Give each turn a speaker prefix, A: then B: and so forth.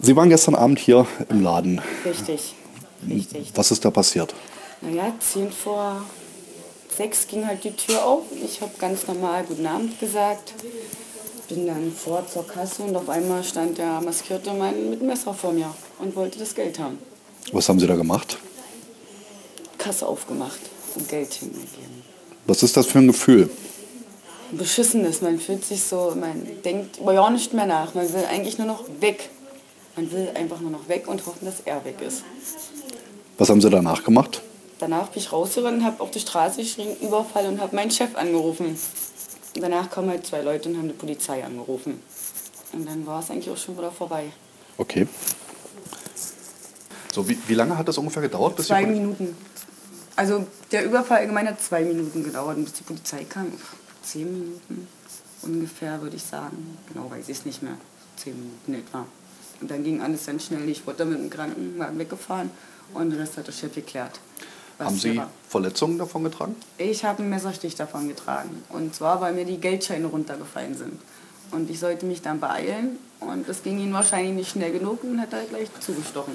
A: Sie waren gestern Abend hier im Laden.
B: Richtig, richtig.
A: Was ist da passiert?
B: Naja, 10 vor 6 ging halt die Tür auf. Ich habe ganz normal Guten Abend gesagt. Bin dann vor zur Kasse und auf einmal stand der maskierte Mann mit Messer vor mir und wollte das Geld haben.
A: Was haben Sie da gemacht?
B: Kasse aufgemacht und Geld hingegeben.
A: Was ist das für ein Gefühl?
B: Beschissen ist, man fühlt sich so, man denkt über ja nicht mehr nach. Man will eigentlich nur noch weg. Man will einfach nur noch weg und hoffen, dass er weg ist.
A: Was haben Sie danach gemacht?
B: Danach bin ich rausgerannt, habe auf die Straße geschrien, Überfall und habe meinen Chef angerufen. Und danach kamen halt zwei Leute und haben die Polizei angerufen. Und dann war es eigentlich auch schon wieder vorbei.
A: Okay. So, wie, wie lange hat das ungefähr gedauert? Bis die
B: Zwei
A: Poli-
B: Minuten. Also der Überfall allgemein hat zwei Minuten gedauert, und bis die Polizei kam. Pff, Zehn Minuten ungefähr, würde ich sagen. Genau weiß ich es nicht mehr. Zehn Minuten etwa. Und dann ging alles ganz schnell. Ich wurde dann mit dem Krankenwagen weggefahren und den Rest hat der Chef geklärt. was
A: Haben
B: hier
A: Sie
B: war.
A: Verletzungen davon getragen?
B: Ich habe einen Messerstich davon getragen. Und zwar, weil mir die Geldscheine runtergefallen sind. Und ich sollte mich dann beeilen. Und das ging ihm wahrscheinlich nicht schnell genug und hat er gleich zugestochen.